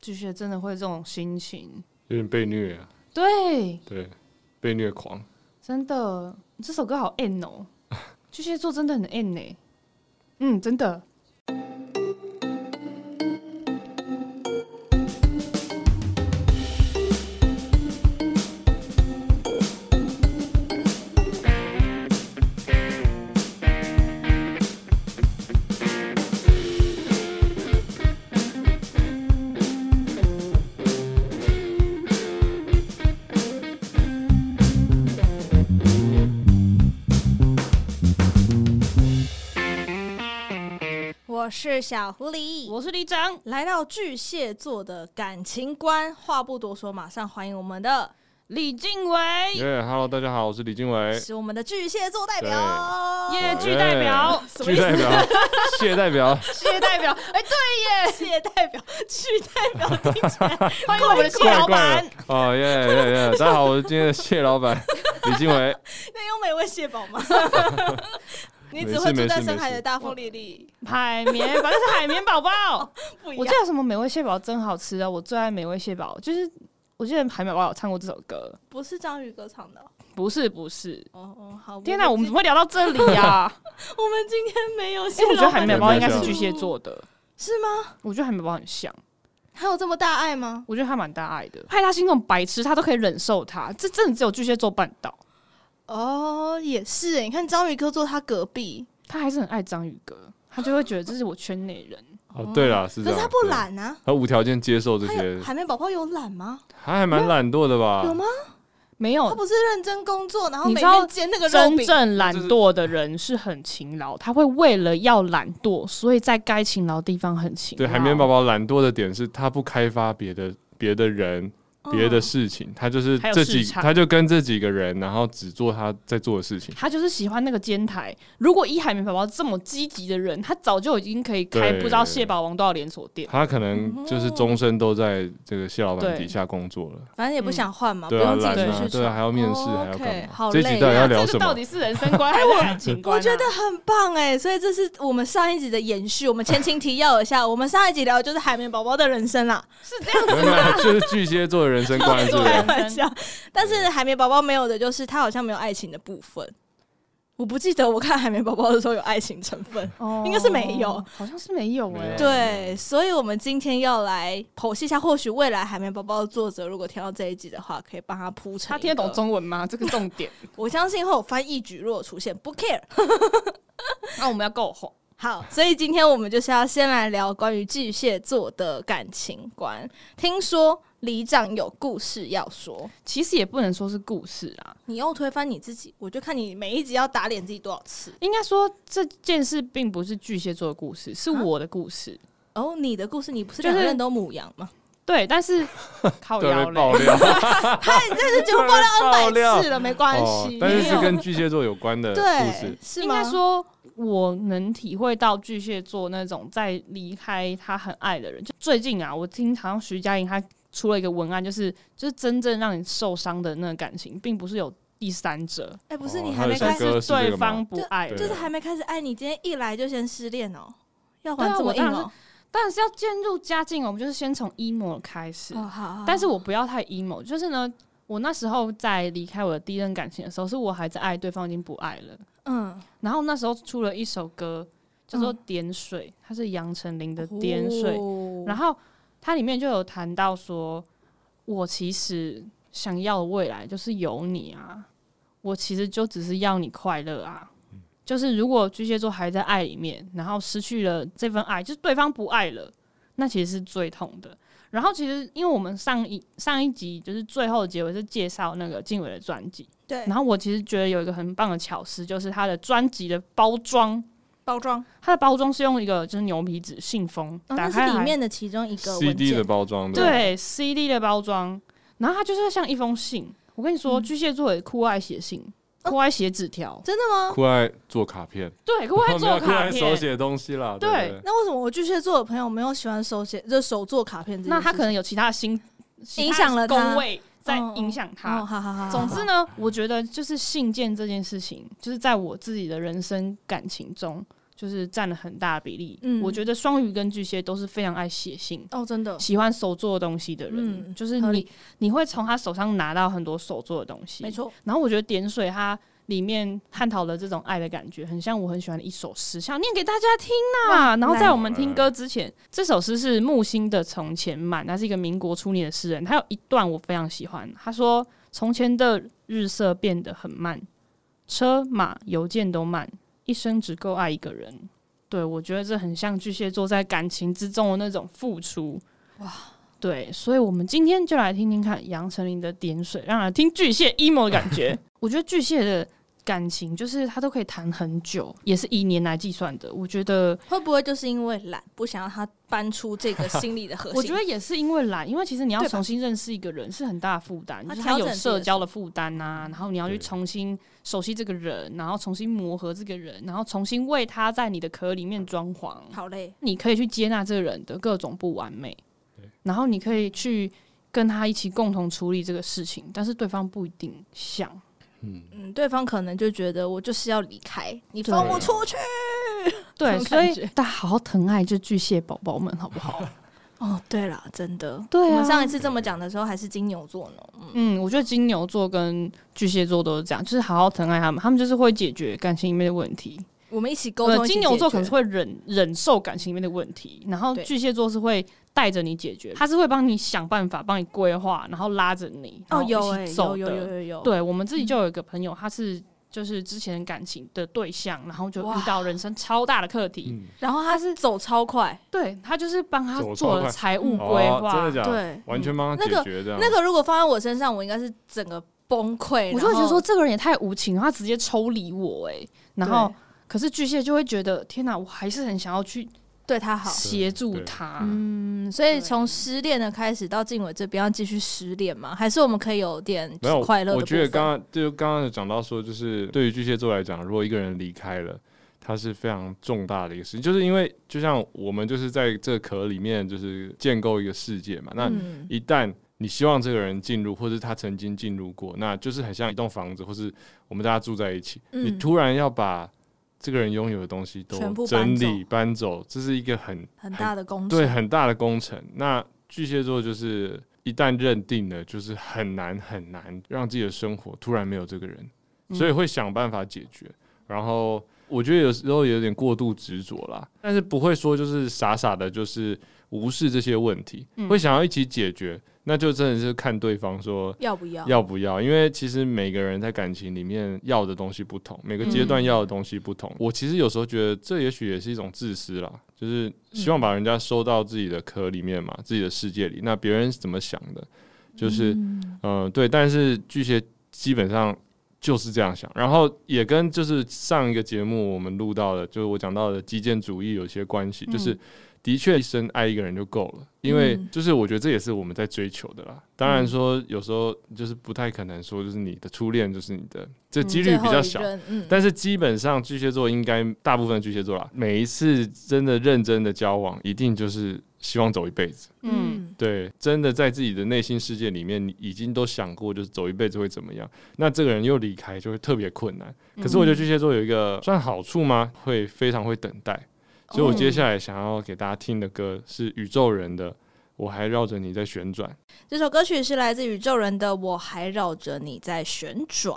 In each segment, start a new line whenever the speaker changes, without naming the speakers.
巨蟹嗯真的会这种心情，
有点被虐、啊，
对，
对，被虐狂。
真的，这首歌好 N 哦，巨蟹座真的很 N 呢、嗯，真的。
我是小狐狸。
我是李长，
来到巨蟹座的感情观，话不多说，马上欢迎我们的
李静伟，
耶、h e l l o 大家好，我是李经纬，
是我们的巨蟹座代表
对
耶，巨代表，
巨 代表， 蟹代表，
蟹代表，哎、 对耶，
蟹代表、巨代表，听起来
欢迎我们的蟹老板，
哦耶耶耶！大家好，我是今天的蟹老 板李经纬。
那有美味蟹堡 吗？你只
没事
会住
没
在
事
深
没
海
事
的大富丽丽，
海绵，反正是海绵宝 宝。
不一
我记
样。
得什么美味蟹堡真好吃啊！我最爱美味蟹堡，就是我记得海绵宝宝有唱过这首歌，
不是章鱼歌唱的哦。
不是不是。
哦哦，好。
天哪，我们怎
今
么会聊到这里啊？
我们今天没有蟹
哎，我觉得
老板
海绵宝宝应该是巨蟹座的，
是吗？
我觉得海绵宝宝很像，
还有这么大爱吗？
我觉得他蛮大爱的，害他心中白痴，他都可以忍受他，这真的只有巨蟹座办到。
哦，也是哎，你看章鱼哥坐他隔壁，
他还是很爱章鱼哥，他就会觉得这是我圈内人。
哦，对啦，是
可
这
是
样。
他不
对，
懒啊。
他无条件接受这
他
些
有，海绵宝宝有懒吗？
他还蛮懒惰的吧？
有吗？
没
他
有，
哦不是认真工作，然后
你
每
知道
天煎那个肉
真
饼。
正懒惰的人是很勤劳，他会为了要懒惰，所以在该勤劳的地方很勤劳。
对，海绵宝宝懒惰的点是，他不开发别的别的人、别的
嗯
事情，他就是
还有
这
市
几，
场
他就跟这几个人，然后只做他在做的事情。
他就是喜欢那个尖台。如果以海绵宝宝这么积极的人，他早就已经可以开
对
不知道蟹堡王多少连锁店。
他可能就是终身都在这个蟹老板
对
底下工作了，
反正也不想换嘛，不
对啊，
用自
懒
己
啊
去，
对啊，还
闯。
要面试，
哦
还要
OK，
干嘛？
好
这一集
累
到底要
啊
聊
这
什
就到
么？
底是人生观还是感情观、啊
哎我觉得，很棒哎、所以这是我们上一集的延续。我们前情提要一下， 我们上一集聊的就是海绵宝宝的人生啦，
没有没有 就是巨蟹座的人生观，是不
对
开
是？
玩笑。但是海绵宝宝没有的就是他好像没有爱情的部分。我不记得我看海绵宝宝的时候有爱情成 分，
哦
应该是没有，
好像是没有
没
哎、
有
对，所以我们今天要来剖析一下，或许未来海绵宝宝的作者如果听到这一集的话，可以帮他铺陈。
他听得懂，中文吗？这个重点。
我相信会有翻译举若出现，不 care。
那我们要够红。
好，所以今天我们就是要先来聊关于巨蟹座的感情观。听说里长有故事要说，
其实也不能说是故事啊，
你又推翻你自己，我就看你每一集要打脸自己多少次。
应该说这件事并不是巨蟹座的故事，是我的故事。
哦，你的故事你不是
就是
两个人都母羊吗？
对，但 是靠
对，
腰
被爆
嘞，
料，
他已经是就爆料
爆
安
料
百次了，没关
哦
系，
但是
没
是
有
跟巨蟹座有关的故
对
事。
是
应
吗？
该说我能体会到巨蟹座那种在离开他很爱的人。就最近啊，我听好像徐佳莹她出了一个文案，就是就是真正让你受伤的那个感情，并不是有第三者，
哎、不是
哦
你
他
还
有
没
一首
开始
歌是这个
对方
吗
不爱
对
就是
了。
还没开始爱你，今天一来就先失恋哦，要
对啊
还这么
我
硬
当然是
哦。
但是要渐入佳境，我们就是先从 emo 开始。
哦，好好
但是我不要太 emo，就是呢，我那时候在离开我的第一任感情的时候，是我还在爱对方，已经不爱了。
嗯，
然后那时候出了一首歌，叫做
嗯
《点水》，它是杨丞琳的《点水》，
哦
然后它里面就有谈到说，我其实想要的未来就是有你啊，我其实就只是要你快乐啊。就是如果巨蟹座还在爱里面，然后失去了这份爱，就是对方不爱了，那其实是最痛的。然后其实因为我们上一上一集就是最后的结尾是介绍那个静伟的专辑，
对，
然后我其实觉得有一个很棒的巧思，就是他的专辑的包装，
包装，
它的包装是用一个就是牛皮纸信封
哦
打
那
开
是
来
里面的其中一个文
CD 的
件，
包装，吧，
对 CD 的包装，然后它就是像一封信。我跟你
嗯
说，巨蟹座也酷爱写信，
哦
酷爱写纸条，
真的吗？
酷爱做卡片，
对，酷爱
哦没有
做
酷
卡
爱手
片。
写东西啦。
对
对，
那为什么我巨蟹座的朋友没有喜欢手写，就手做卡片这件
那
事情？
他可能有其他的心，其
影
他的
响了他
宫位在
哦哦
影响
哦，
他。
好好好，
总之呢，我觉得就是信件这件事情，就是在我自己的人生感情中，就是占了很大的比例。
嗯
我觉得双鱼跟巨蟹都是非常爱写信，
哦，真的，
喜欢手做的东西的人，
嗯
就是
合
你
理
你会从他手上拿到很多手做的东西。
没。错，
然后我觉得点水它里面探讨的这种爱的感觉，很像我很喜欢的一首诗，想念给大家听呐、然后在我们听歌之前，这首诗是木心的《从前慢》，他是一个民国初年的诗人，他有一段我非常喜欢，他说：“从前的日色变得很慢，车马邮件都慢，一生只够爱一个人。”对，我觉得这很像巨蟹座在感情之中的那种付出。
哇，
对，所以我们今天就来听听看杨丞琳的《点水》，让人听巨蟹 emo 的感 觉。我觉得巨蟹的感情就是他都可以谈很久，也是以年来计算的。我觉得，
会不会就是因为懒，不想让他搬出这个心理的 核心？
我觉得也是因为懒，因为其实你要
对吧
重新认识一个人是很大的负担，
他
就是他有
调整自己的嗯
社交的负担呐，然后你要去
对
重新熟悉这个人，然后重新磨合这个人，然后重新为他在你的壳里面装潢。
好累，
你可以去接纳这个人的各种不完美
对，
然后你可以去跟他一起共同处理这个事情，但是对方不一定想。
嗯，
嗯，对方可能就觉得我就是要离开，你
对
放我出去。
对，
这种
所
感觉
以大家好好疼爱这巨蟹宝宝们，好不好？
哦，对了，真的，
对啊
我们上一次这么讲的时候还是金牛座呢，嗯，
嗯，我觉得金牛座跟巨蟹座都是这样，就是好好疼爱他们，他们就是会解决感情里面的问题。
我们一起哦沟
呃，
通。
金牛座可能
能
是会忍忍受感情里面的问题，然后
对
巨蟹座是会带着你解决，他是会帮你想办法，帮你规划，然后拉着你
哦，有哎、
哎、
有有有有
哦
有，
对我们自己就有一个朋友，他是就是之前感情的对象，然后就遇
哇
到人生超大的课题。
嗯
然后他是走超快，
对他就是帮他
走超
做了
快
财务
哦
规划，
真的假的？
对，
完全帮他
那个
解决这样。
那个如果放在我身上，我应该是整个崩溃，
我就会
然
觉
后
得说这个人也太无情了，他直接抽离我哎、然后可是巨蟹就会觉得天哪，我还是很想要去
对对他好，
协助
对
他。
嗯，所以
对
从失恋的开始到静伟这边要继续失恋吗？还是我们可以有点
没有
快乐的
我
部分？
觉得刚刚就刚刚有讲到说，就是对于巨蟹座来讲，如果一个人离开了，他是非常重大的一个事情，就是因为就像我们就是在这壳里面就是建构一个世界嘛，那
嗯
一旦你希望这个人进入，或是他曾经进入过，那就是很像一栋房子，或是我们大家住在一起，
嗯
你突然要把这个人拥有的东西都
全部搬
整
走
理搬走，这是一个很
很大的工程，
对，很大的工程。那巨蟹座就是一旦认定了，就是很难很难让自己的生活突然没有这个人，
嗯
所以会想办法解决。然后我觉得有时候有点过度执着啦，但是不会说就是傻傻的，就是无视这些问题，
嗯
会想要一起解决。那就真的是看对方说
要不要？
要不要，因为其实每个人在感情里面要的东西不同，每个阶段
嗯
要的东西不同。我其实有时候觉得这也许也是一种自私啦，就是希望把人家收到自己的壳里面嘛，自己的世界里。那别人是怎么想的，就是
嗯
嗯、呃对。但是巨蟹基本上就是这样想，然后也跟就是上一个节目我们录到的，就是我讲到的极简主义有些关系，就是
嗯
的确一生爱一个人就够了，因为
嗯
就是我觉得这也是我们在追求的啦。当然说有时候就是不太可能说就是你的初恋就是你的，这几率比较小
嗯最后一。任嗯，
但是基本上巨蟹座应该大部分巨蟹座啦，每一次真的认真的交往，一定就是希望走一辈子。
嗯，
嗯，
对，真的在自己的内心世界里面，你已经都想过，就是走一辈子会怎么样。那这个人又离开，就会特别困难。可是我觉得巨蟹座有一个算好处吗？会非常会等待。所以我接下来想要给大家听的歌是宇宙人的《我还绕着你在旋转》。
这首歌曲是来自宇宙人的《我还绕着你在旋转》。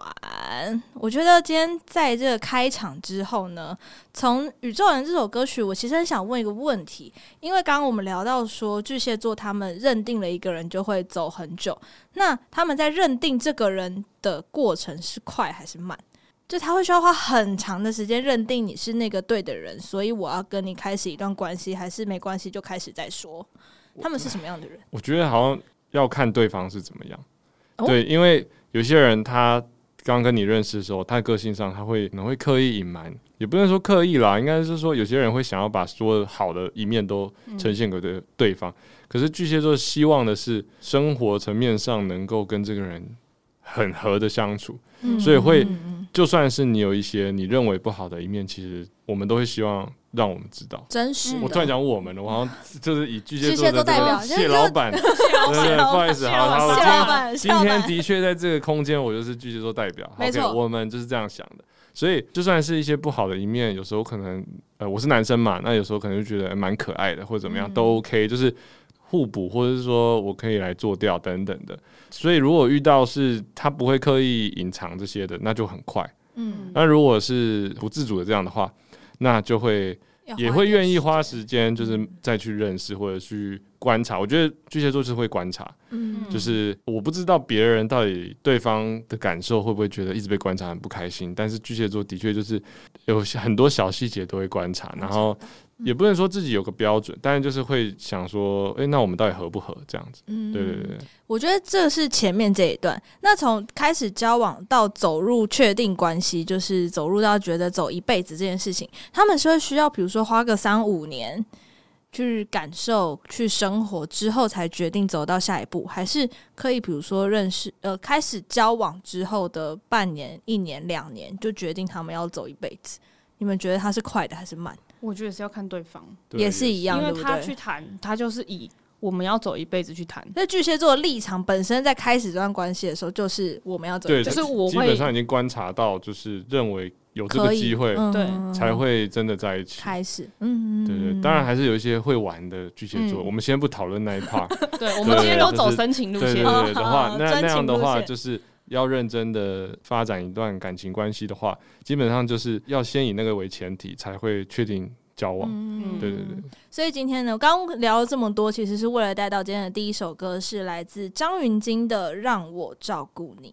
我觉得今天在这个开场之后呢，从《宇宙人》这首歌曲，我其实很想问一个问题，因为刚刚我们聊到说巨蟹座他们认定了一个人就会走很久，那他们在认定这个人的过程是快还是慢？就他会需要花很长的时间认定你是那个对的人，所以我要跟你开始一段关系，还是没关系就开始再说。他们是什么样的人？
我觉得好像要看对方是怎么样。
哦
对，因为有些人他刚跟你认识的时候，他个性上他会可能会刻意隐瞒，也不能说刻意啦，应该是说有些人会想要把所有好的一面都呈现给对对方。可是巨蟹座希望的是生活层面上能够跟这个人很合的相处，
嗯
所以会
嗯嗯嗯
就算是你有一些你认为不好的一面，其实我们都会希望让我们知道。
真实的。
我突然讲我们了，我 好像就是以巨蟹
嗯巨
座
蟹
的
座代表
这个谢老 板，对对，对不好意思，好，好，我
谢
今
老
天
板，谢
今
老
天
板，
的确在这个空间，我就是巨蟹座代表，
没错
OK，我们就是这样想的。所以就算是一些不好的一面，有时候可能呃我是男生嘛，那有时候可能就觉得呃蛮、可爱的或者怎么样、
嗯
都 OK，就是互补，或者是说我可以来做掉等等的。所以如果遇到是他不会刻意隐藏这些的，那就很快。
嗯，
那如果是不自主的这样的话，那就会也会愿意花时间，
嗯
就是再去认识或者去观察。我觉得巨蟹座是会观察，
嗯，
就是我不知道别人到底对方的感受会不会觉得一直被观察很不开心，但是巨蟹座的确就是有很多小细节都会观察，然后
嗯
也不能说自己有个标准，但是就是会想说，诶，那我们到底合不合这样子？
嗯，
对对对，
我觉得这是前面这一段。那从开始交往到走入确定关系，就是走入到觉得走一辈子这件事情，他们是会需要，比如说花个三五年去感受、去生活之后，才决定走到下一步，还是可以，比如说认识呃开始交往之后的半年、一年、两年就决定他们要走一辈子？你们觉得他是快的还是慢？
我觉得是要看对方，
对
也是一样，
因为
对不
他
对
去谈，他就是以我们要走一辈子去谈，
那巨蟹座的立场本身在开始这段关系的时候，就是我们要走一
对，
就是我
基本
会
上已经观察到，就是认为有这
可
个
以
机会
嗯
对
才会真的在一起。
开始，嗯，嗯
对对，
嗯
当然还是有一些会玩的巨蟹座。
嗯
我们先不讨论那一 part，
对，我们今天都走
就是
深情路
对
线
对对
了，
对的话
哦，
那
专
那
情
样的
路
话
线
就是要认真的发展一段感情关系的话，基本上就是要先以那个为前提，才会确定交往。
嗯
对对对。
所以今天呢，我刚刚聊了这么多，其实是为了带到今天的第一首歌，是来自张芸京的《让我照顾你》。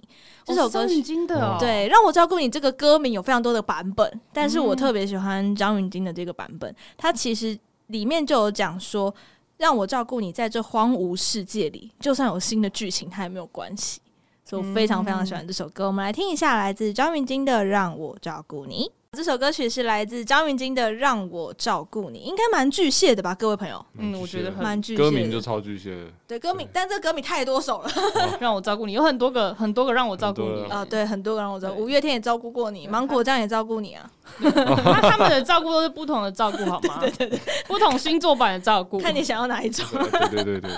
这首歌
是
是
震惊的哦，
对，让我照顾你这个歌名有非常多的版本，但是我特别喜欢张芸京的这个版本。它其实里面就有讲说，让我照顾你，在这荒芜世界里，就算有新的剧情，它也没有关系。所以我非常非常喜欢这首歌，我们来听一下来自张芸京的《让我照顾你》。这首歌曲是来自张芸京的《让我照顾你》，应该蛮巨蟹的吧，各位朋友，
嗯我
巨蟹
觉得
的
很
蛮巨蟹的。
歌名就超巨蟹的，
对歌名，但这歌名太多首了
让我照顾你，有很多个很多个让我照顾你
很多
啊！，对，很多个让我照顾，
嗯对
五月天也照顾过你，芒果酱也照顾你啊。
那他们的照顾都是不同的照顾，好 吗？对对对，不同星座版的照顾，
看你想要哪一种。
对对对对 对，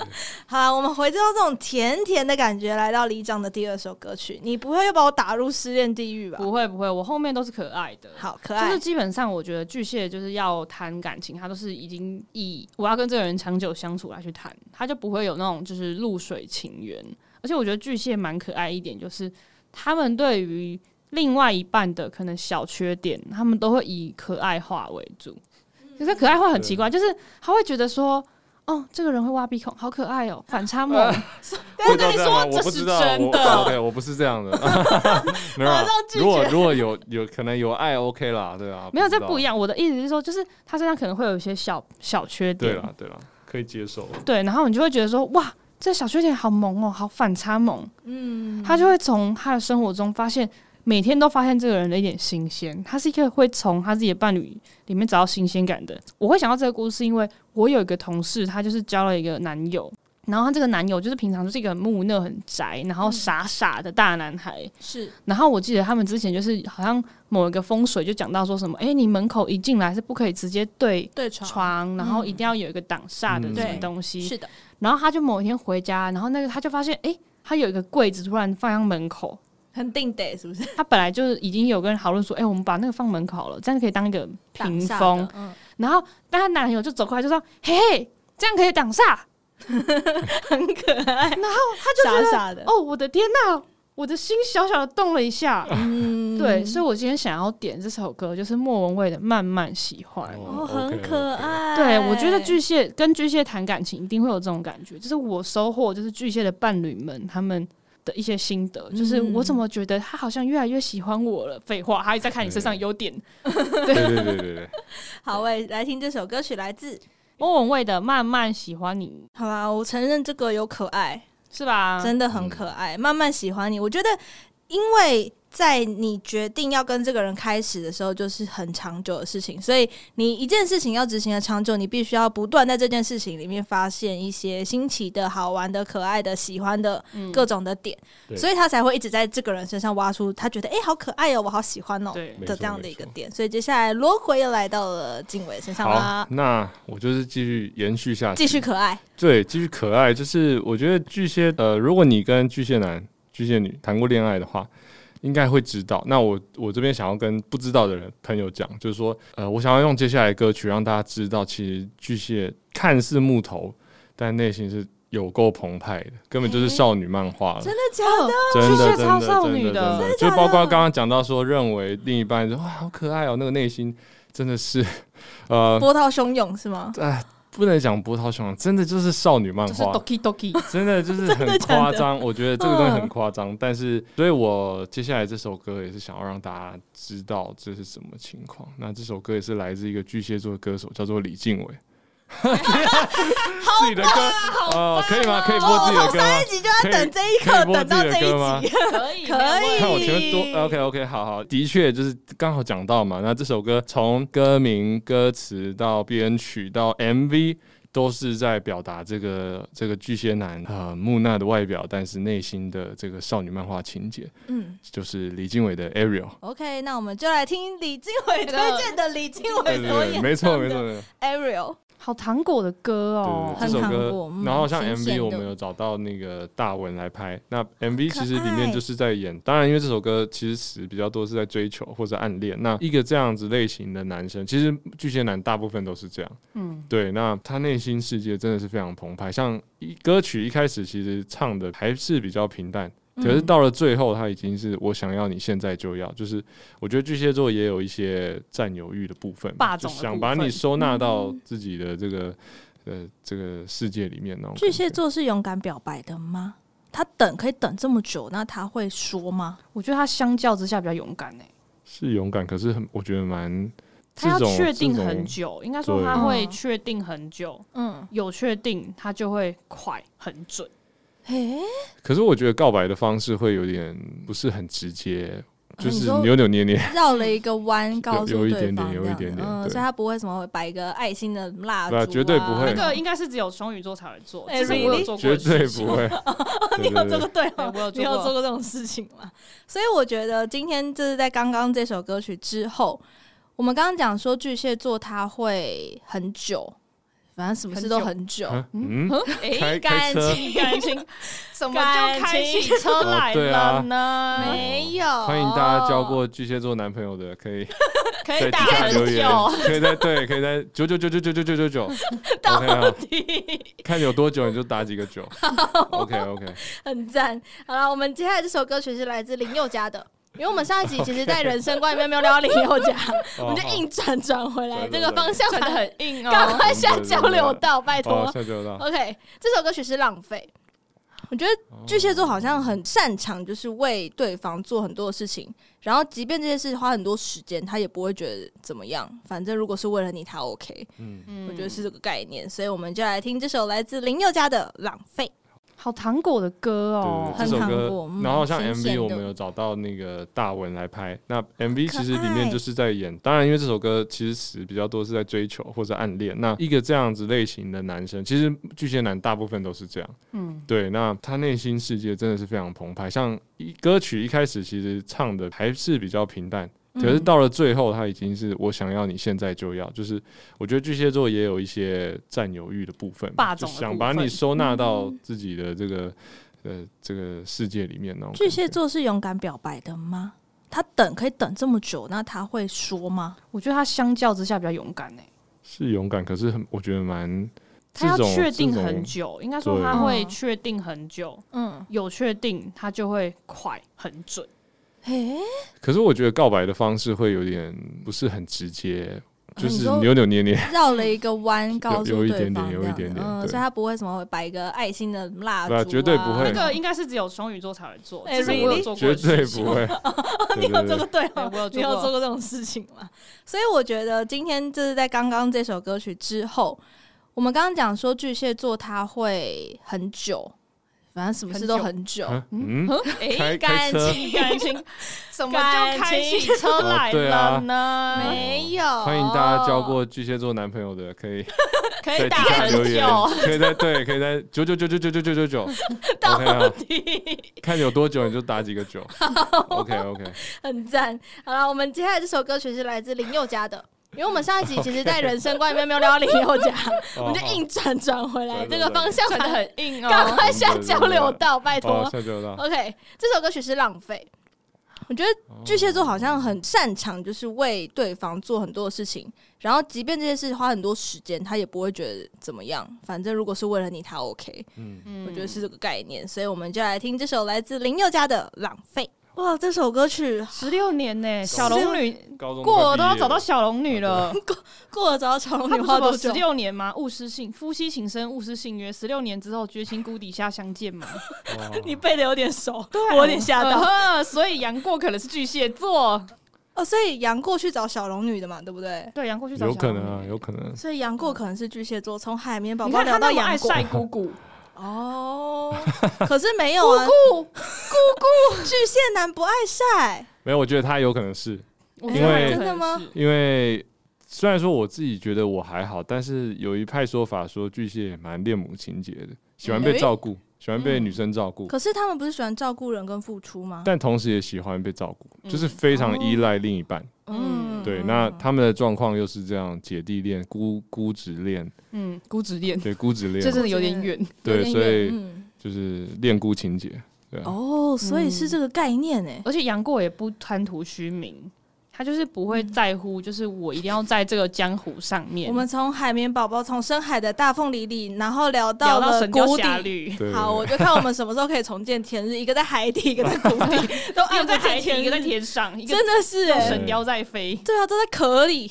好啦，我们回到这种甜甜的感觉，来到李长的第二首歌曲。你不会又把我打入失恋地狱吧？
不会不会，我后面都是可爱的，
好可
就是
爱，
基本上，我觉得巨蟹就是要谈感情，他都是已经以我要跟这个人长久相处来去谈，他就不会有那种就是露水情缘。而且我觉得巨蟹蛮可爱一点，就是他们对于另外一半的可能小缺点，他们都会以可爱化为主。
嗯
可是可爱化很奇怪，就是他会觉得说。哦，这个人会挖鼻孔，好可爱哦！反差
呃
萌，
会到这样吗
我跟你说
我不
这是
知道，
真
我
的
OK，我不是这样的， 没有啊
马上。拒绝
如果如果有有可能有爱 OK 啦，对啊，
没有
知
这
道
不一。样。我的意思是说，就是他身上可能会有一些小小缺点，
对啦对啦，可以接受。
对，然后你就会觉得说，哇，这小缺点好萌哦，好反差萌。
嗯，
他就会从他的生活中发现，每天都发现这个人的一点新鲜。他是一个会从他自己的伴侣里面找到新鲜感的。我会想到这个故事，是因为我有一个同事，她就是交了一个男友。然后她这个男友就是平常就是一个很木讷、很宅，然
嗯
后傻傻的大男孩。
是
然后我记得他们之前就是好像某一个风水就讲到说什么，哎，你门口一进来是不可以直接对
对床嗯
床，然后一定要有一个挡煞的
嗯
什么
对
东西。
是的，
然后他就某一天回家，然后那个他就发现，诶，他有一个柜子突然放在门口。
很定得是不是？
他本来就是已经有跟人讨论说，诶，我们把那个放门口好了，这样可以当一个屏
挡煞的
风。，
嗯
然后，但她男友就走过来就说：“嘿嘿，这样可以挡煞。
很可爱，然后他就傻傻的”，
哦，我的天呐，我的心小小的动了一下。
嗯
对，所以我今天想要点这首歌，就是莫文蔚的《慢慢喜欢》。
哦，很可。爱。
对，我
哎
觉得巨蟹跟巨蟹谈感情一定会有这种感觉，就是我收获就是巨蟹的伴侣们他们的一些心得，就是我
嗯
怎么觉得他好像越来越喜欢我了。废话，他一直在看你身上优点。
对对对对对，
好喂，来听这首歌曲，来自
莫文蔚的《慢慢喜欢你
好啦，我承认这个有可爱，》
是吧？
啊嗯真的很可爱，慢慢喜欢你。我觉得，因为在你决定要跟这个人开始的时候，就是很长久的事情，所以你一件事情要执行的长久，你必须要不断在这件事情里面发现一些新奇的、好玩的、可爱的、喜欢的各种的点，
对
所以他才会一直在这个人身上挖出他觉得哎、诶好可爱哦，我好喜欢哦
对
没
的
错
这样的一个
没错
点。所以接下来罗鬼又来到了静伟身上
好
啦，，
那我就是继续延续下去，
继续可爱，
对，继续可爱。就是我觉得巨蟹，呃，如果你跟巨蟹男、巨蟹女谈过恋爱的话，应该会知道。那我我这边想要跟不知道的人朋友讲，就是说，呃，我想要用接下来的歌曲让大家知道，其实巨蟹看似木头，但内心是有够澎湃的，根本就是少女漫画了。
真的假
哦
的？
真的
巨蟹
真的
超
真
少女
的，
的
真
真的
就
假
包括
的
刚刚讲到说，认为另一半说哇好可爱哦，那个内心真的是，呃，
波涛汹涌是吗？
哎，不能讲波涛汹涌，真的就是少女漫
就是
画，
doki doki，
真的就是
真
很
的嗯假的
夸张。我觉得这个东西很夸张，但是，所以我接下来这首歌也是想要让大家知道这是什么情况。那这首歌也是来自一个巨蟹座的歌手，叫做李静 伟。自己的歌
啊
哦，可以吗？可以播自己的歌吗？
一集就要等这一
可
刻
以，播
等到这
自己的歌吗
一 集，
可以
可
没有问题
以
看我前面多 OK OK，好好，的确就是刚好讲到嘛。那这首歌从歌名、歌词到编曲到 MV，都是在表达这个这个巨蟹男呃木讷的外表，但是内心的这个少女漫画情节，
嗯。
就是李经纬的 Ariel。
OK，那我们就来听李经纬推荐的李经
对
纬
对
所演
对，没错没错没错。
Ariel，
好糖果的歌哦，
对对对，这首
很韩
歌
国，嗯
然后像
浅显
MV
的
我们有找到那个大文来拍，那 MV
可
其实里面
爱
就是在演，当然因为这首歌其实词比较多是在追求或者暗恋，那一个这样子类型的男生，其实巨蟹男大部分都是这样，
嗯，
对，那他内心世界真的是非常澎湃，像一歌曲一开始其实唱的还是比较平淡。可
嗯
是到了最后，他已经是我想要你现在就要，就是我觉得巨蟹座也有一些占有欲的部分吧，
霸
就
总的
想
部
把你
分
收纳到
嗯
自己的这个呃这个世界里面那种感觉。
巨蟹座是勇敢表白的吗？他等可以等这么久，那他会说吗？
我觉得他相较之下比较勇敢哎，
是勇敢，可是很我觉得蛮
他要
这种
确定
这种
很久，应该说
对
他会
嗯
确定很久，
嗯，
有确定他就会快很准，
诶，
可是我觉得告白的方式会有点不是很直接，就
啊你
是
说
扭扭捏捏。
绕了一个弯，告诉
有一
对
点点
方
有
这
一
样
点
子
点
嗯，
对
所以他不会什么摆一个爱心的蜡烛
对啊
啊，
绝对不会
那
对
个应该是只有双鱼座才会做，
哎
这是我有
really？
做过
绝
的
对
事情，
不 会。对
哦你有做过
对
对吗？
我有
你
做
有
过
做 过这种事情吗？ 所以我觉得今天就是在刚刚这首歌曲之后，我们刚刚讲说巨蟹座他会很久，反正什么事都很久，
啊嗯，开
哎
开车
情感情
什
什
么就开起车来
哦对
了
啊
呢？
没有，
欢迎大家交
哦
过巨蟹座男朋友的，可以
可
在
以
底
打
下
很
留言
久，，
可以在对，可以在九九九九九九九九九，
到
OK 啊
底。
看有多久你就打几个 九。OK OK，
很赞。好了，我们接下来这首歌曲是来自林宥嘉的。因为我们上一集其实，在人生观里面没有聊到林宥嘉， 我们就硬转转回来
哦对
这
对
个
对
方向，
转的很硬
赶
哦。
快下交流道，拜
哦
托，。
下九到
OK，这首歌曲是《浪费》。我觉得巨蟹座好像很擅长，就是为对方做很多的事情，然后即便这些事花很多时间，他也不会觉得怎么样。反正如果是为了你，他 OK，、
嗯，
嗯
我觉得是这个概念。所以我们就来听这首来自林宥嘉的《浪费》。
好糖果的歌哦
对，
很
这首
韩
歌
国，嗯
然后像
新鲜
MV
的
我们有找到那个大文来拍，那 MV
可
其实里面
爱
就是在演，当然因为这首歌其实词比较多是在追求或者暗恋，那一个这样子类型的男生，其实巨蟹男大部分都是这样，
嗯，
对，那他内心世界真的是非常澎湃，像一歌曲一开始其实唱的还是比较平淡。
嗯
可是到了最后，他已经是我想要你现在就要，就是我觉得巨蟹座也有一些占有欲的部分吧，
霸
就
总的
想
部
把你
分嗯
收纳到自己的这个、呃这个世界里面那种感觉。
巨蟹座是勇敢表白的吗？他等可以等这么久，那他会说吗？
我觉得他相较之下比较勇敢哎，
是勇敢，可是很我觉得蛮
他要
这种
确定
这种
很久，应该说
对
他会
嗯
确定很久，
嗯，
有确定他就会快很准，
诶，
可是我觉得告白的方式会有点不是很直接，
啊
就
你
是
说
扭扭捏捏。
绕了一个弯，告诉
有一
对
点点
方这
有一
样
点
子，
点
嗯，
对
所以他不会什么摆一个爱心的蜡烛
对啊
啊，
绝对不
那
会
个应该是只有双鱼座才会做，
哎
这是我有
really？
做过
绝
的
对
事情哎
不。会。
你
对
有
对
做
对
过对吗？
对我有哦做
你有
过
做过这种事情吗？所以我觉得今天就是在刚刚这首歌曲之后，我们刚刚讲说巨蟹座他会很久，反正什么事都 很久，
啊嗯，开开
感
车
情感情什
我
么
们
就
就
开
开
心
起车来了呢，
没有，
欢迎大家交过巨蟹座男朋友的，可以
哦可
在
以
底
打
下
很
留言
久。，
可以在对，可以在九九九九九九九九九 ，OK 啊，看有多久你就打几个九，OK OK，
很赞。好了，我们接下来这首歌曲是来自林宥嘉的。因为我们上一集其实，在人生观里面没有聊到林宥嘉，
哦
我们就硬转转回来
对
这
对
个方向，
转的很硬
赶
哦。
快下交流道，拜
哦，
托。
下周到，
OK，这首歌曲是《浪费》。我觉得巨蟹座好像很擅长，就是为对方做很多的事情，然后即便这些事花很多时间，他也不会觉得怎么样。反正如果是为了你，他 OK。
嗯，
嗯
我觉得是这个概念，所以我们就来听这首来自林宥嘉的《浪费》。哇，这首歌曲
十六年呢、小龙女
高中
过
快
我
毕
都要
业
找到
了
小龙女
啊
了。
过了找长龙
他
女
不
花
是有
多久
十？六年吗？勿失信，夫妻情深，勿失信约，十六年之后绝情谷底下相见嘛。
哇
你背的有点熟，
对啊
我有点吓到。
呃呵所以杨过可能是巨蟹座，
哦，所以杨过去找小龙女的嘛，对不对？
对，杨过去找
有可
小龙
能啊，
女
有可能。
所以杨过可能是巨蟹座，从海绵宝
你
宝
看他
聊到
那么
杨
爱
过
晒姑姑，
哦，可是没 有啊，
姑，
巨蟹男不爱晒，
没有，我觉得他有可能是
我
因为
真
真的吗
因为虽然说我自己觉得我还好，但是有一派说法说巨蟹也蛮恋母情节的，喜欢被
诶
照顾，喜欢被
嗯
女生照顾，
可是他们不是喜欢照顾人跟付出吗？
但同时也喜欢被照顾，就是
嗯
非常依
哦
赖另一半。
嗯
对，那他们的状况又是这样，姐弟恋、姑姑侄恋，
嗯，姑侄恋，
对，姑侄恋，
这真的有点远。
对，
有点
所以
远嗯
就是恋姑情节。对啊，
哦，所以是这个概念哎，
而且杨过也不贪图虚名，他就是不会在乎，就是我一定要在这个江湖上面。
嗯我们从海绵宝宝从深海的大凤梨里，然后聊
聊
到
到《
了
神雕
谷
侠
底。
侣》，
对，
好，
对
我就看我们什么时候可以重见天日，一个在海底，一个在谷底，都
一个
按
在
不见
海
天
底，一
日
个在，天上，一个
真的是哎
神
神雕在飞。
对啊，都在壳里。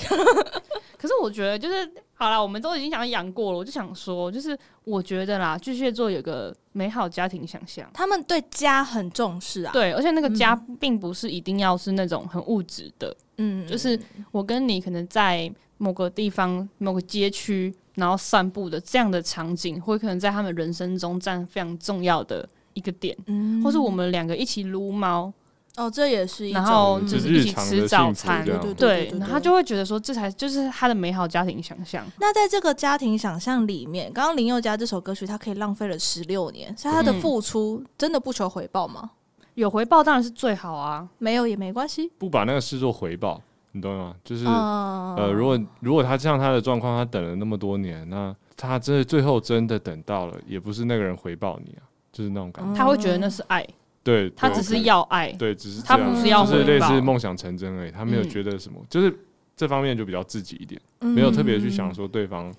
可是我觉得就是好啦，我们都已经讲到杨过了，我就想说，就是我觉得啦，巨蟹座有个美好家庭想象。
他们对家很重视啊，
对，而且那个家并不是一定要是那种很物质的，
嗯，
就是我跟你可能在某个地方、某个街区，然后散步的这样的场景，会可能在他们人生中占非常重要的一个点，
嗯
或是我们两个一起撸猫，
哦，这也是一
然
种，
后
嗯
就是
日
一起
常的
吃
幸
早
福
餐
这，样
对
对，
对
然后他就会觉得说，这才就是他的美好家庭想象。
那在这个家庭想象里面，刚刚林宥嘉这首歌曲，他可以浪费了十六年，所以他的
嗯
付出真的不求回报吗？
有回报当然是最好啊，
没有也没关系，
不把那个视作回报，你懂吗？就是、
嗯
呃，如果如果他像他的状况，他等了那么多年，那他真的最后真的等到了，也不是那个人回报你啊，就是那种感觉。
他会觉得那是爱，
对，
他
对
只是
对
要爱。
对，只是
他
这样
不
是要
就是
回
类似
报
梦想成真而已，他没有
嗯
觉得什么，就是这方面就比较自己一点，
嗯
没有特别去想说对方。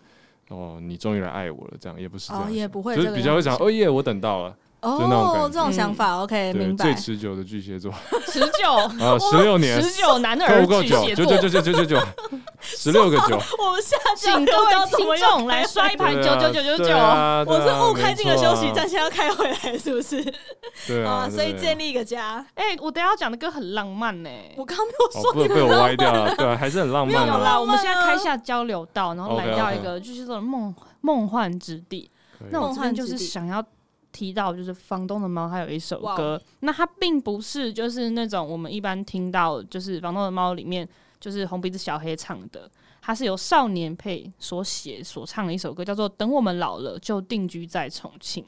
哦，你终于来爱我了，这样也不是这
哦，
样
也
想，
不会
就
这
是
个
比较会想，
样子
哦耶，我等到了，就那种感
哦
觉
这种想法，OK，
对，
明
最
白。
持久的巨蟹座
持久，
啊，十六年，
持久男
够
儿
不够
巨
久？
蟹
九
座
九，九九九九九，十六个九，
我们下
请
周
各
要
位
怎么
听
样
众来刷一盘
对
九
啊
九九九
对
九。
啊对
我是
啊
误开
没
这个休息
错啊
站，现在要开回来，是不是？
对啊，
所以
对
建立一个家。
哎，我等一下要讲的歌很浪漫呢。
我刚刚没有
哦，
说
不
你
被
们
我歪掉 了，对啊，还是很浪
没有
漫
啦，
啊。
我们现在开下交流道，然后来
OK，OK
到一个就是这种梦梦幻之地。
可以
那我这边就
梦
是
幻之地
想要提到，就是房东的猫，它有一首
哇哦
歌，那它并不是就是那种我们一般听到就是房东的猫里面就是红鼻子小黑唱的，它是由少年配所写所唱的一首歌，叫做《等我们老了就定居在重庆》，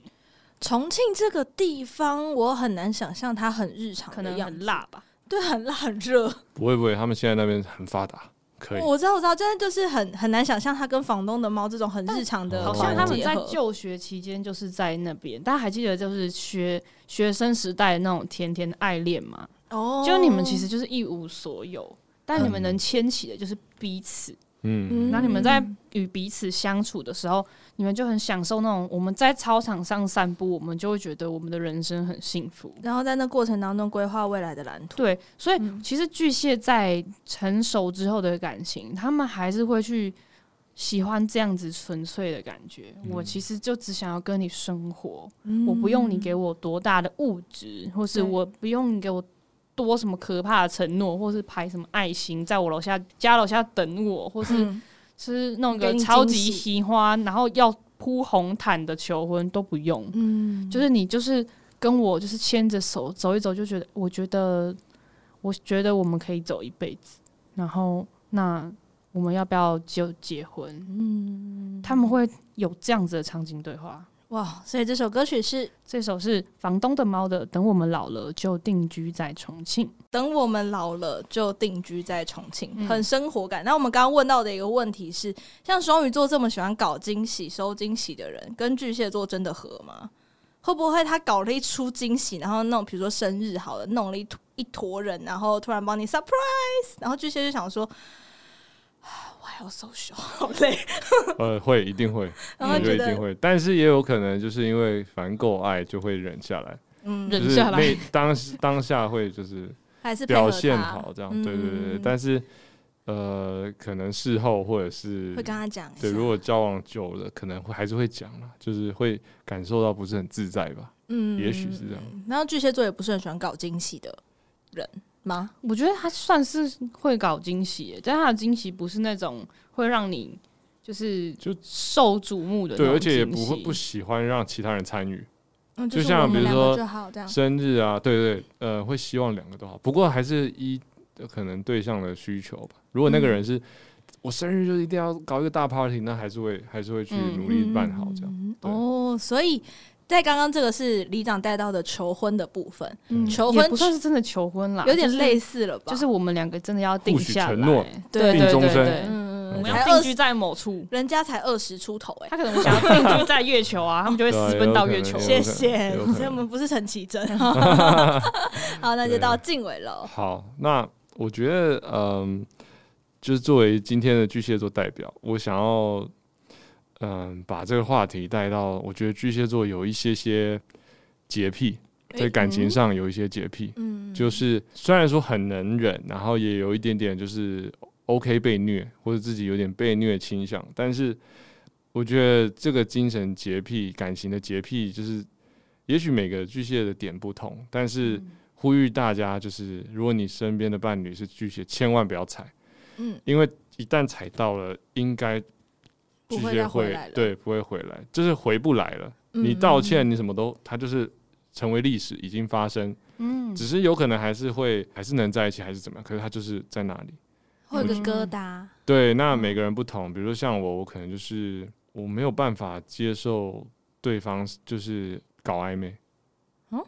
重庆这个地方，我很难想象它很日常
可
的
能
样
很
子，
辣吧。
对，很辣很热。
不会不会，他们现在那边很发达，可以。
我知道，我知道，真的就是很很难想象它跟房东的猫这种很日常的
好
但哦
像他们
呃结
在
合
就学期间就是在那边，大家还记得就是学学生时代的那种甜甜的爱恋吗？
哦，
就你们其实就是一无所有，但你们
嗯
能牵起的就是彼此。
嗯，
那、你们在与彼此相处的时候，你们就很享受那种我们在操场上散步，我们就会觉得我们的人生很幸福。
然后在那过程当中规划未来的蓝图，
对，所以
嗯
其实巨蟹在成熟之后的感情，他们还是会去喜欢这样子纯粹的感觉。
嗯
我其实就只想要跟你生活，我不用你给我多大的物质，或是
对
我不用你给我多什么可怕的承诺，或是拍什么爱心在我楼下家楼下等我，或是
嗯，
是弄
给
个
你
超
惊
级
喜
喜欢，然后要铺红毯的求婚都不用，
嗯，
就是你就是跟我就是牵着手走一走，就觉得我觉得我觉得我们可以走一辈子，然后那我们要不要就结婚？嗯，他们会有这样子的场景对话。
哇，所以这首歌曲是
这首是房东的猫的《等我们老了就定居在重庆》。
等我们老了就定居在重庆，
嗯
很生活感。那我们刚刚问到的一个问题是，像双鱼座这么喜欢搞惊喜、收惊喜的人，跟巨蟹座真的合吗？会不会他搞了一出惊喜，然后弄比如说生日好了，弄了一坨一坨人，然后突然帮你 surprise，然后巨蟹就想说， 啊我还要 social，好累，
呃，会一定会，
然
我
后
觉得
觉
嗯一定
得
会，但是也有可能就是因为反正够爱就会忍下来，
嗯，
忍
就是
下来
那当时当下会就是
还是配合
表现
他
好这样，
嗯
对对对，
嗯
但是呃，可能事后或者是
会跟他讲一下，
对，如果交往久了，可能会还是会讲啦，就是会感受到不是很自在吧。
嗯
也许是这样。
然后巨蟹座也不是很喜欢搞惊喜的人吗？
我觉得他算是会搞惊喜耶，但他的惊喜不是那种会让你就是
就
受瞩目的那
对，
种
而且也
惊
不会
喜
不喜欢让其他人参与
嗯，
就是像
我
比
们
如
两
说
个就好这样。
生日啊，对对，呃，会希望两个都好。不过还是依可能对象的需求吧。如果那
嗯
个人是、我生日就一定要搞一个大 party，那还是会还是会去
嗯
努力办好这样。
嗯
对
哦，所以在刚刚这个是里长带到的求婚的部分，
嗯
求
也
婚
不算是真的求婚啦，
有点
就是
类似了吧？
就是我们两个真的要定
互许
下来，
承诺
对
定
对
终
对
身
对，
嗯，
我
嗯嗯，
们
才
要定
二十
居，在某处。
人家才二十出头哎、
他可 能想要定居在月球啊，他们就会私奔到月球。嗯
对
谢
有可能
谢，
有可能
所以我们不是陈绮贞。 好，那就到静伟
嗯
了。
好，那我觉得，嗯，就是作为今天的巨蟹座代表，我想要，嗯，把这个话题带到，我觉得巨蟹座有一些些洁癖，在感
嗯
情上有一些洁癖，
嗯，
就是虽然说很能忍，然后也有一点点就是 OK 被虐，或者自己有点被虐倾向，但是我觉得这个精神洁癖、感情的洁癖，就是也许每个巨蟹的点不同，但是
嗯
呼吁大家，就是如果你身边的伴侣是巨蟹，千万不要踩，
嗯，
因为一旦踩到了，应该巨
不会
蟹
再回
会
来了
对不会回来，就是回不来了。
嗯
你道歉，你什么都，它就是成为历史，已经发生。
嗯，
只是有可能还是会还是能在一起，还是怎么样？可是他就是在那里。
会有
嗯
个疙瘩。
对，那
嗯
每个人不同，比如说像我，我可能就是我没有办法接受对方就是搞暧昧，
嗯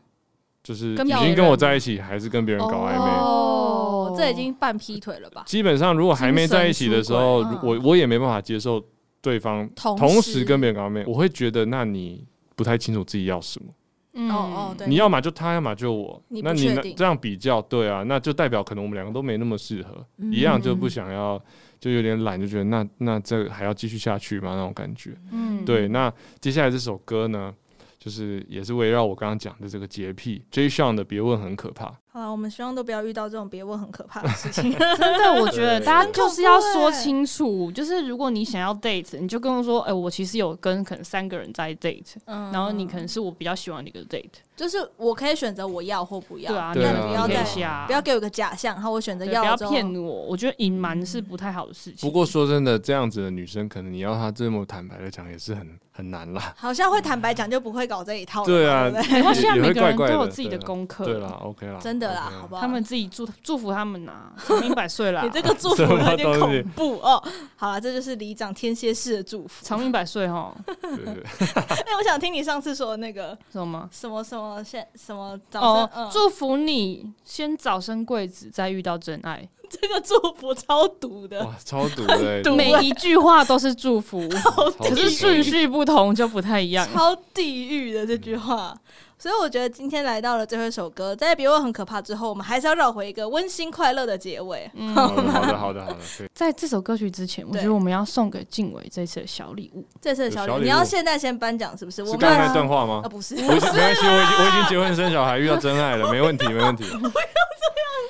就是
跟
已
别
经
人
跟我在一起，还是跟别人搞暧昧。
哦，这已经半劈腿了吧？
基本上，如果还没在一起的时候，
精神出轨
我我也没办法接受对方
同
同
时
时跟别人搞暧昧，我会觉得那你不太清楚自己要什么。
嗯
哦哦，，对，
你要么就他，要么就我。
你不
那你
确
那
定
这样比较，对啊，那就代表可能我们两个都没那么适合，
嗯
一样就不想要，就有点懒，就觉得那那这还要继续下去吗？那种感觉。
嗯，
对，那接下来这首歌呢，就是也是围绕我刚刚讲的这个洁癖 J. Sean 的《别问很可怕》。
好了，我们希望都不要遇到这种别问很可怕的事 情。
真的，我觉得
对
大家就是要
很恐怖
说
欸
清楚，就是如果你想要 date，你就跟我说，哎、我其实有跟可能三个人在 date，
嗯
然后你可能是我比较喜欢的一个 date，
就是我可以选择我要或不要，
对啊，
对
你
啊
可
那你
能
不
不
要
要
再
再下，
不要给我一个假象，然后我选择
对不要
之后
骗我，我觉得隐瞒是不太好的事情。
不过说真的，这样子的女生，可能你要她这么坦白的讲，也是很很难啦。
好像会坦白讲就不会搞这一套了嘛，
对啊
不对
没关系啊，
也也会
每个人都
怪怪
有
的
自己的
对啊
功课，
对啦，OK 啦，
真的啦
OK，
好不好？
他们啊自己祝祝福他们呐、长命百岁啦
你，这个祝福
什么
有点
东西
恐怖哦。好了，这就是里长天蝎式的祝福。
长命百岁哈，
对对对，
哎，我想听你上次说的那个
知道吗？
什么什么现什么早
哦
上，嗯，
祝福你先早生贵子，再遇到真爱。
这个祝福超毒的，
哇，超毒的欸，真的
每一句话都是祝福，
超毒
可是顺序不同就不太一样。
超地狱的这句话。所以我觉得今天来到了最后一首歌，在别问很可怕之后，我们还是要绕回一个温馨快乐的结尾。
嗯，
好的，好的，好的，好的，对。
在这首歌曲之前，我
对
觉得我们要送给静伟这次的小礼物。
这次的小
有小
李，
礼
你要
物
现在先颁奖是不是？我
是
们
刚才那段话嗯吗
啊，？ 不是，
我已经没关系，我已经我已经结婚生小孩，遇到真爱了，没问题，没问题。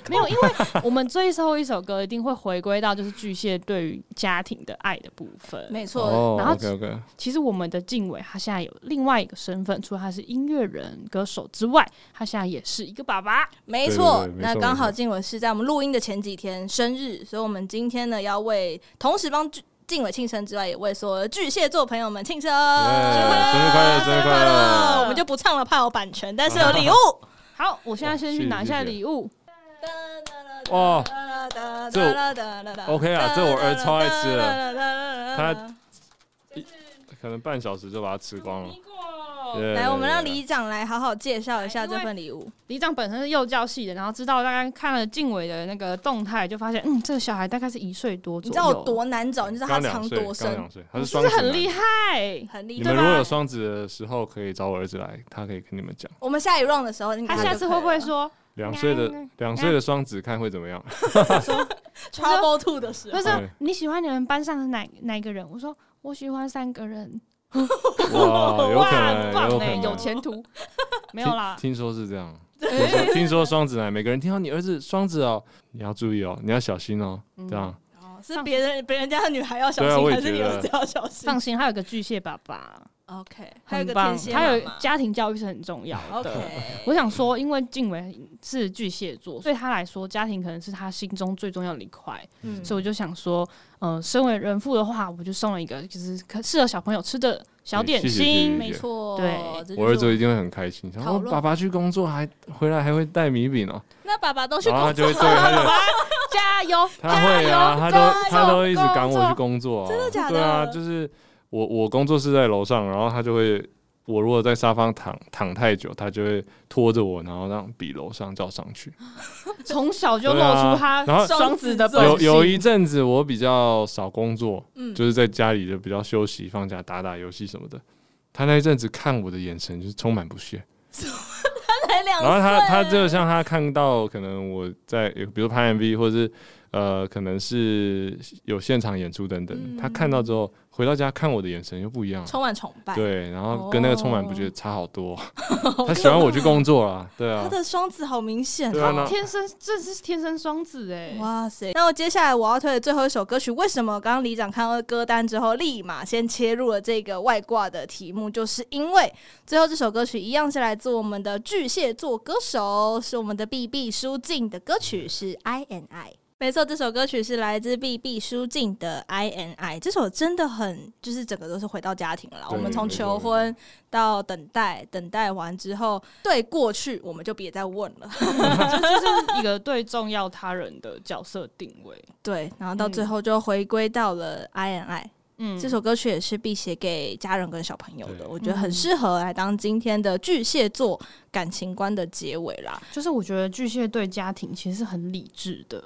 没有，因为 我们最后一首歌一定会回归到就是巨蟹对于家庭的爱的部分。
没错，
哦
然后
OK OK，
其实我们的静伟他现在有另外一个身份，除了他是音乐人、歌手之外，他现在也是一个爸爸。
没错
对对。对没
那
错
刚
没
好
错
静伟是在我们录音的前几天生日，所以我们今天呢要为同时帮巨静伟庆生之外，也为所有的巨蟹座朋友们庆生。
耶生日快乐，生日快乐！
我们就不唱了，怕有版权，但是有 礼物。
好，我现在先去拿一下
哇谢谢
礼物。
哇，这我
哦这
OK 啊哦这我儿子超爱吃的
的
可能半小时就把它吃光了。
哦
对
来，我们让
对
里长来好好介绍一下
来因
这
为
份礼物。
里长本身是幼教系的，然后知道大概看了静伟的那个动态，就发现嗯，这个小孩大概是一岁多
你
左右，
知道有多难找，你知道它
刚两
藏
岁，
多
刚
深
两，岁，他是
是
双
不
子
是很厉
男。
害？
很厉
你
害
对
们
吧
如果有双子的时候，可以找我儿子来，他可以跟你们讲。
我们下一 round 的时候，
他下次会不会说
两岁的两岁的双子看会怎么样？
trouble two 的时
就
候？
是啊
对
你喜欢你们班上的哪哪一个人？我说我喜欢三个人，
哇，哦有可
很
能，
棒
有可
哎、
能，
有前 途。没有啦，
听说是这样，听说听说双子男，每个人听到你儿子双子哦，你要注意哦，你要小心哦，这样。
哦是别人别人家的女孩要小
对啊我
心，
也
还是你
觉得
儿子要小心
放心，他有个巨蟹爸爸，
？OK，还有
很
个
棒
天。蝎妈
他
妈，
有家庭教育是很重要的。
OK，
我想说，因为静伟是巨蟹座，对他来说，家庭可能是他心中最重要的一块。
嗯
所以我就想说，呃，身为人父的话，我就送了一个就是可适合小朋友吃的小点
谢谢谢谢
心。
没错，
对
这就是
我儿子一定会很开心，然
讨
后
论
爸爸去工作还回来还会带米饼哦，
那爸爸都去
然后他
工
就
作
会对他就
加油！
他会
加
啊，
油
他都
加油
他都一直赶
工
我
作
去工作、啊，真的
假的
对啊，就是我我工作室在楼上，然后他就会，我如果在沙发躺躺太久，他就会拖着我，然后让比楼上叫上去。
从小就露出他
对啊然后
双子的本
有
性。
有一阵子我比较少工作，
嗯
就是在家里就比较休息，放假打打游戏什么的。他那一阵子看我的眼神就是充满不屑，
才两
然后他他
岁
就像他看到可能我在比如拍 MV 或者是呃可能是有现场演出等等，
嗯
他看到之后回到家看我的眼神又不一样了。
充满哦崇拜，
对，然后跟那个充满不觉
哦
得差好多，他喜欢我去工作啊，对
他
啊，
的双子好明显
对啊，
哦。
那
天生这是天生双子哎、
哇塞！那我接下来我要推的最后一首歌曲，为什么刚刚李长看到歌单之后，立马先切入了这个外挂的题目，就是因为最后这首歌曲一样是来自我们的巨蟹座歌手，是我们的 B B 舒静的歌曲是《I and I》。没错，这首歌曲是来自 B B 舒静的《I and I》。这首真的很，就是整个都是回到家庭了啦。我
对
们从
没错
求婚到等待，等待完之后，对过去我们就别再问了。
这就是一个对重要他人的角色定位。
对，然后到最
嗯
后就回归到了 I N I、
嗯，
这首歌曲也是必写给家人跟小朋友的，
对
我觉得很
嗯
适合来当今天的巨蟹座感情观的结尾啦。
就是我觉得巨蟹对家庭其实是很理智的，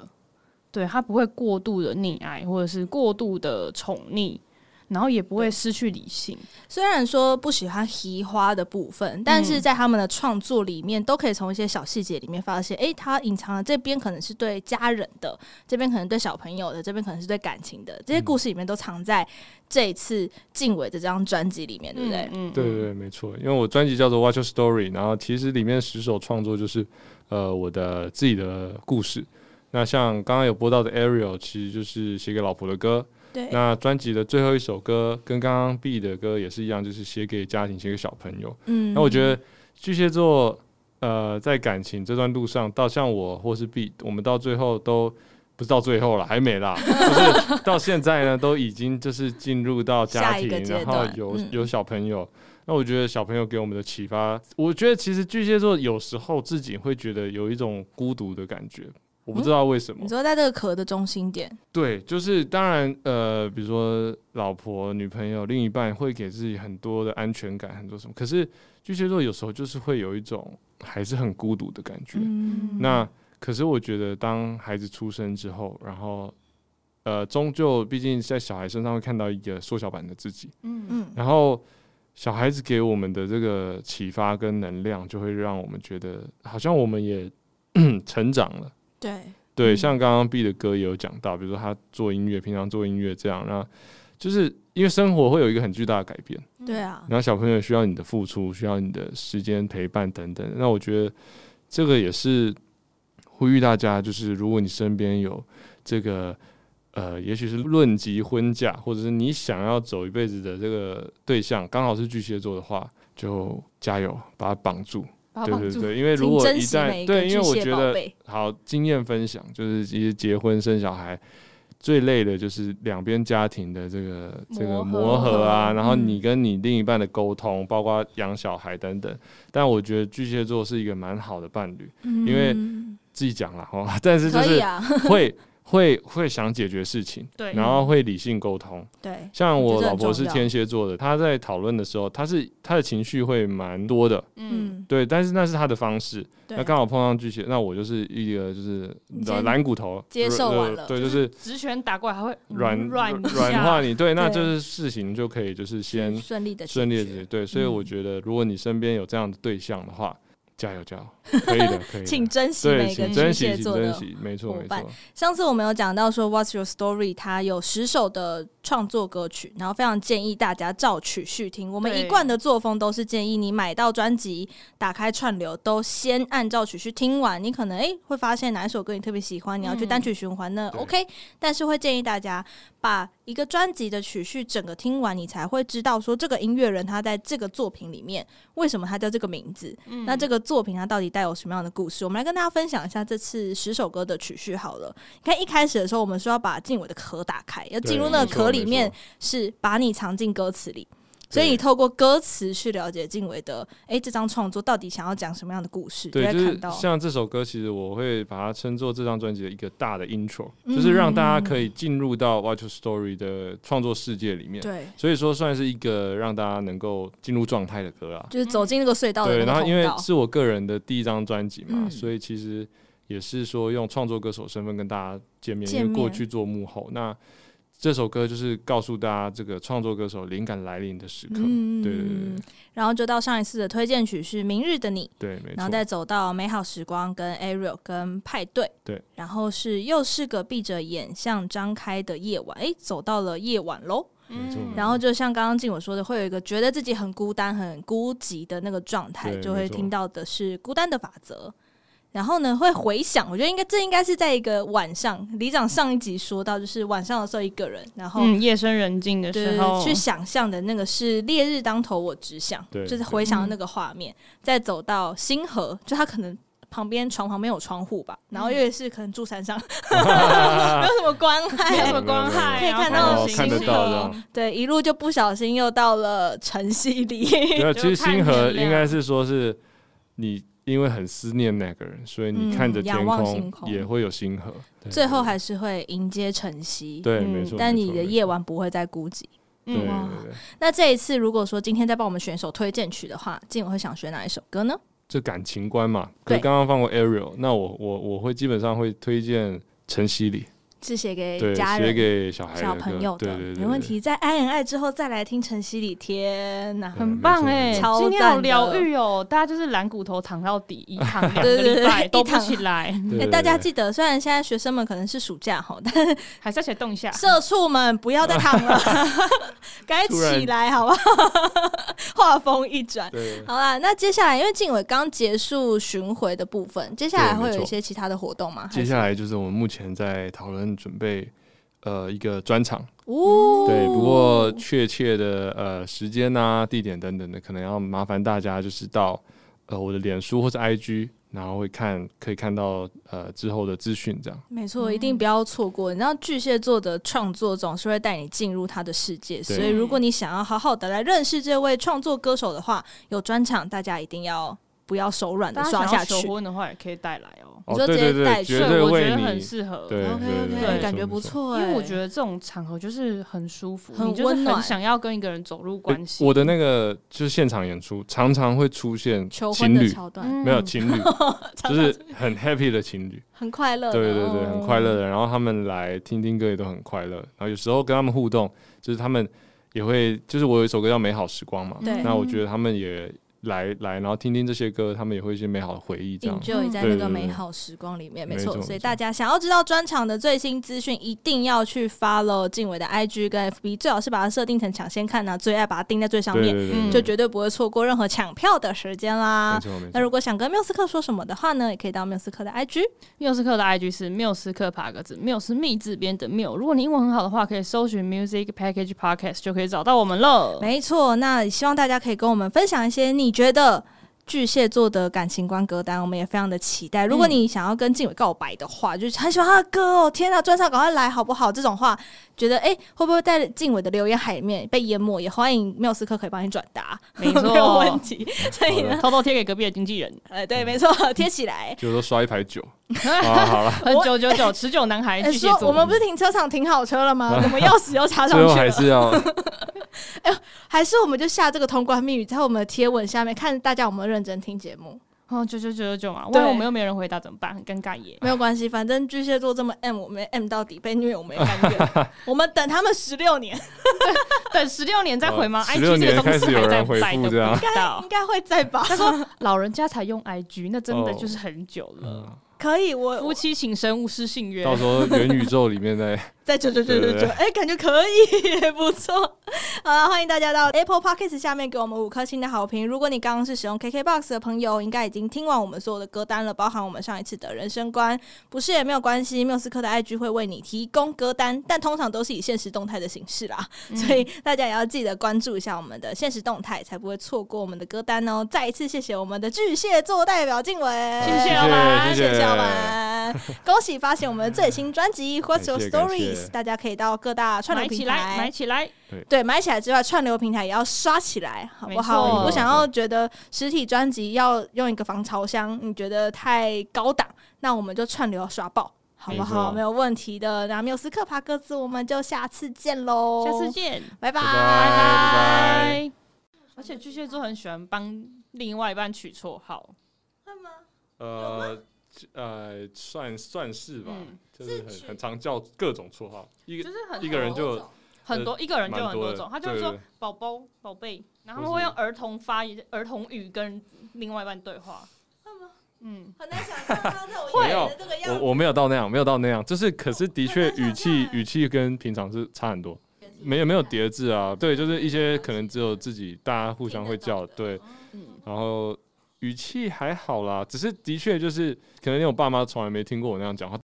对他不会过度的溺爱或者是过度的宠溺，然后也不会失去理性。
虽然说不喜欢提花的部分，但
嗯
是在他们的创作里面，都可以从一些小细节里面发现，诶，他隐藏了这边可能是对家人的，这边可能对小朋友的，这边可能是对感情的，
嗯
这些故事里面都藏在这一次静伟的这张专辑里面，对不对？
嗯，嗯
对对，对，没错，因为我专辑叫做《Watch Your Story》，然后其实里面十首创作就是呃我的自己的故事。那像刚刚有播到的《Ariel》，其实就是写给老婆的歌。
对
那专辑的最后一首歌跟刚刚 B 的歌也是一样，就是写给家庭，写给小朋友。
嗯
那我觉得巨蟹座，呃，在感情这段路上，到像我或是 B，我们到最后都不是到最后了，还没啦， 就是到现在呢，都已经就是进入到家
下一
庭
个，阶
然
段
后有、
嗯
有小朋友。那我觉得小朋友给我们的启发，我觉得其实巨蟹座有时候自己会觉得有一种孤独的感觉，我
嗯
不知道为什么。
你说在这个壳的中心点，
对，就是当然，呃，比如说老婆、女朋友、另一半会给自己很多的安全感，很多什么。可是巨蟹座有时候就是会有一种还是很孤独的感觉。
嗯
那可是我觉得，当孩子出生之后，然后呃，终究毕竟在小孩身上会看到一个缩小版的自己，
嗯
嗯，
然后小孩子给我们的这个启发跟能量，就会让我们觉得好像我们也 成长了。
对，
对，
嗯
像刚刚 B 的歌也有讲到，比如说他做音乐，平常做音乐这样，那就是因为生活会有一个很巨大的改变，
对啊，
然后小朋友需要你的付出，需要你的时间陪伴等等。那我觉得这个也是呼吁大家，就是如果你身边有这个呃，也许是论及婚嫁，或者是你想要走一辈子的这个对象，刚好是巨蟹座的话，就加油把它绑住。
把
对
绑
对
住。
对，因为如
请
果
珍
一
惜每
旦
一个
对，因
巨
为我
蟹
觉
宝
得
贝。
好，经验分享就是，其实结婚生小孩最累的就是两边家庭的这个这个
磨
磨
合
合啊，
嗯
然后你跟你另一半的沟通，包括养小孩等等。但我觉得巨蟹座是一个蛮好的伴侣，
因
为自己讲了哦，但是就
嗯可以
是
啊，
会会会想解决事情，
对
然后会理性沟通。
对，
像
我觉
我
得
老
很
婆是
重要
天蝎座的，她在讨论的时候，她是她的情绪会蛮多的，
嗯，
嗯，
对，但是那是她的方式。
对
那，刚好碰上巨蟹，那我就是一个就是
你先
懒骨头，
接受
呃
完了嗯
对，就是
直拳打过来还会嗯
软
软一下
软化你，对，那
对
就是事情就可以就是先
顺利的
顺利
解
的对，所以我
嗯
觉得如果你身边有这样的对象的话，加油加 油，可以的，可以
决，
的，
请珍惜
对，
每个
请
巨
珍惜，
蟹
请
座
珍
的
惜，没错
伙
没
伴
错，
上次我们有讲到说《What's Your Story》，它有十首的创作歌曲，然后非常建议大家照曲序听。我们
对
一贯的作风都是建议你买到专辑，打开串流都先按照曲序听完。你可能诶、会发现哪一首歌你特别喜欢，你要去
嗯
单曲循环呢、
对
OK，但是会建议大家把一个专辑的曲序整个听完，你才会知道说这个音乐人他在这个作品里面为什么他叫这个名字。
嗯
那这个作品它到底带有什么样的故事？我们来跟大家分享一下这次十首歌的曲序好了。你看一开始的时候，我们说要把静伟的壳打开，要
对
进入那个
没错
壳
没
里
错
面，是把你藏进歌词里。所
对
以你透过歌词去了解静伟的，诶，这张创作到底想要讲什么样的故事，
对，
会
就是
看到。
像这首歌，其实我会把它称作这张专辑的一个大的 intro，
嗯
就是让大家可以进入到 Watch Story 的创作世界里面。
对，
所以说，算是一个让大家能够进入状态的歌啊啦。
就是走进那个隧道的
对，
那个
然后因
通
为
道。
是我个人的第一张专辑嘛，
嗯
所以其实也是说用创作歌手身份跟大家见面，
见
因为过
面
去做幕后，那这首歌就是告诉大家这个创作歌手灵感来临的时刻。
嗯
对对对
然后就到上一次的推荐曲是《明日的你》，
对，没
然后
错，
再走到美好时光跟 Ariel 跟派对，
对，
然后是又是个闭着眼向张开的夜晚，诶，走到了夜晚喽。
没错
嗯
然后就像刚刚静我说的，会有一个觉得自己很孤单、很孤寂的那个状态，
对
就会
没错
听到的是孤单的法则。然后呢，会回想，我觉得应该这应该是在一个晚上，里长上一集说到，就是晚上的时候一个人，然后
嗯，夜深人静的
对
时候，
去想象的那个是烈日当头，我只想，
对
就是回想到那个画面，再走到星河，就他可能旁边床旁边有窗户吧，然后又是可能住 山上，没有什么关
没有
爱
什，么光害，
可以看
然后
到
星
看得
星
哦
哦
到这样
对，一路就不小心又到了晨曦里，
对啊，
就
其实
看
星河
天亮
应该是说是你因为很思念那个人，所以你看着
嗯仰
天
望星空
也会有星河。对
最后还是会迎接晨曦，
对，
嗯
没错。
但
没
你
错
的
没
夜
错
晚不会再孤寂。
对对
嗯，
哇
对，对
那这一次，如果说今天再帮我们选一首推荐曲的话，静我会想选哪一首歌呢？
这感情观嘛，可
对
是刚刚放过 Ariel，那我我我会基本上会推荐陈曦礼，
是写给
对，
家人
写给小孩的
小
歌
朋友的，
对对对，对
没问。题。在爱人爱之后再来听晨曦里，天哪！
对
很棒
嗯没
哎、
错
超
今天好
赞的
疗愈哦！大家就是懒骨头躺到底，一 躺两
对
个
对对
礼拜
一
都不
躺
起来，
对
哎、
对
大家
对
记得，虽然现在学生们可能是暑假哈，但
还是要起来动一下。
社畜们不要再躺 了，赶紧起来好不好？话锋一转。
对对
好啦，那接下来因为静伟刚结束巡回的部分，接下来
对没
会有一
错
些其他的活动吗？
接下来就是我们目前在讨论准备呃一个专场，
还是哦，
对，不过确切的呃时间呐、地点等等的，可能要麻烦大家就是到呃我的脸书或是 IG，然后会看可以看到呃之后的资讯这样。
没错，一定不要错过。你知道巨蟹座的创作总是会带你进入他的世界，所
对
以如果你想要好好的来认识这位创作歌手的话，有专场大家一定要不要手软的
大家
刷
想
下
要
去
求。婚的话，也可以带来哦。
你
哦，
说
对
直接
对
带
对，
去
绝
所以
对
我觉
为
得很
你，
适合，
对
OK
对
OK，
对
感觉
没错没错
不
哎
错、
因
欸，
为我觉得这种场合就是很舒服，
很
你就是
温暖
很想要跟一个人走入关系。
我的那个就是现场演出，常常会出现
求婚
情
的嗯
侣，
桥段、
嗯
没有情侣，
常
就
常
是很 happy 的情 侣，
很快乐的，
对对对，
哦
很快乐。的。然后他们来听听歌也都很快乐，然后有时候跟他们互动，就是他们也会，就是我有一首歌叫《美好时光》
嗯
嘛，
对
那我觉得他们也来来，然后听听这些歌，他们也会有一些美好的回忆，这样。
enjoy
嗯
在
对对
那个
对
美好时光里面，没
没
错。
错
所以
没错
大家想要知道专场的最新资讯，一定要去 follow 静伟的 IG 跟 FB，最好是把它设定成抢先看啊，最爱把它定在最上
对
面，
对
嗯
对，
就
对
绝对不会错过任何抢票的时间啦
没。错没
那
错，
如果想跟缪斯克说什么的话呢，也可以到缪斯克的 IG。
缪斯克的 IG 是缪斯克爬格子，缪是密字边的缪。如果你英文很好的话，可以搜寻 Music Package Podcast 就可以找到我们了。
没错，那希望大家可以跟我们分享一些你觉得巨蟹座的感情观歌单，我们也非常的期待。如果你想要跟静伟告白的话，就是很喜欢他的歌哦，天啊，专场赶快来好不好？这种话，觉得哎、诶会不会在静伟的留言海里面被淹没？也欢迎缪斯科可以帮你转达，
没 错
有问题。所以呢，
偷偷贴给隔壁的经纪人。
呃，对，没错，贴起来。
就说刷一排酒 啊，好了，
呃，九九九，持久男孩，
诶
哎巨蟹
哎说
座。嗯
我们不是停车场停好车 了吗？怎么钥匙又插上
最
去
后
了？
还是 要
还是我们就下这个通关密语，在我们的贴文下面看大家有没有认真听节目。
哦，九九九九九嘛，
对
万一我们又没人回答怎么办？很尴尬耶。
没有关系，反正巨蟹座这么 M，我们 M 到底被虐，我们也甘 愿。我们等他们十六年，
等十六年再回吗
呃16
？IG 这个东西还
年开始有
在
人回
不
复
在都不
这样
知道
应。该会在吧？
他说老人家才用 IG，那真的
哦嗯
就是很久了。
可以，我
夫
我
妻请神勿失信约
到。时候元宇宙里面再
在九九九九
对
九，
对
哎，感觉可以， 不错。好了，欢迎大家到 Apple Podcast 下面给我们五颗星的好评。如果你刚刚是使用 KKBox 的朋友，应该已经听完我们所有的歌单了，包含我们上一次的人生观，不是也没有关系。缪斯科的 IG 会为你提供歌单，但通常都是以现实动态的形式啦。 所以大家也要记得关注一下我们的现实动态，才不会错过我们的歌单哦。再一次谢谢我们的巨蟹座代表静伟，
谢谢老板
谢
谢
谢
谢老板，恭喜发行我们的最新专 辑《What's Your
感谢
Stories
感》，谢
大家可以到各大串
买
流
起
平
来，买
台。
起来，
对，买起来之外，串流平台也要刷起来，好不
没
好？
错
你不想要觉得实体专辑要用一个防潮箱，你觉得太高档，那我们就串流刷爆，好不
没
好？
错
没有问题的。那缪斯克爬鸽子，我们就下次见喽，
下次，见，
拜拜，
拜
拜
拜
拜。而且巨蟹座很喜欢帮另外一半取绰号，
会吗？
呃呃算算是吧
嗯，
就是很
是取
很常叫各种绰号，一
就
个
是很
一个人就
哦
很多一个人就有
蛮
很多
的
种，他就会
对
说
对
宝宝、宝贝，然后
或
他会
是
用儿童发言、儿童语跟另外一半对话。嗯，
很难想象他在我
会
眼里的这个样
对
子。
我我没有到那样，没有到那样，就是可是的确
很难想
语气
象
语气跟平常是差很多，
嗯
没有没有叠字啊，对，就是一些可能只有自己大家互相会叫，
哦
对，
嗯
然后语气还好啦，只是的确就是可能连我爸妈从来没听过我那样讲话。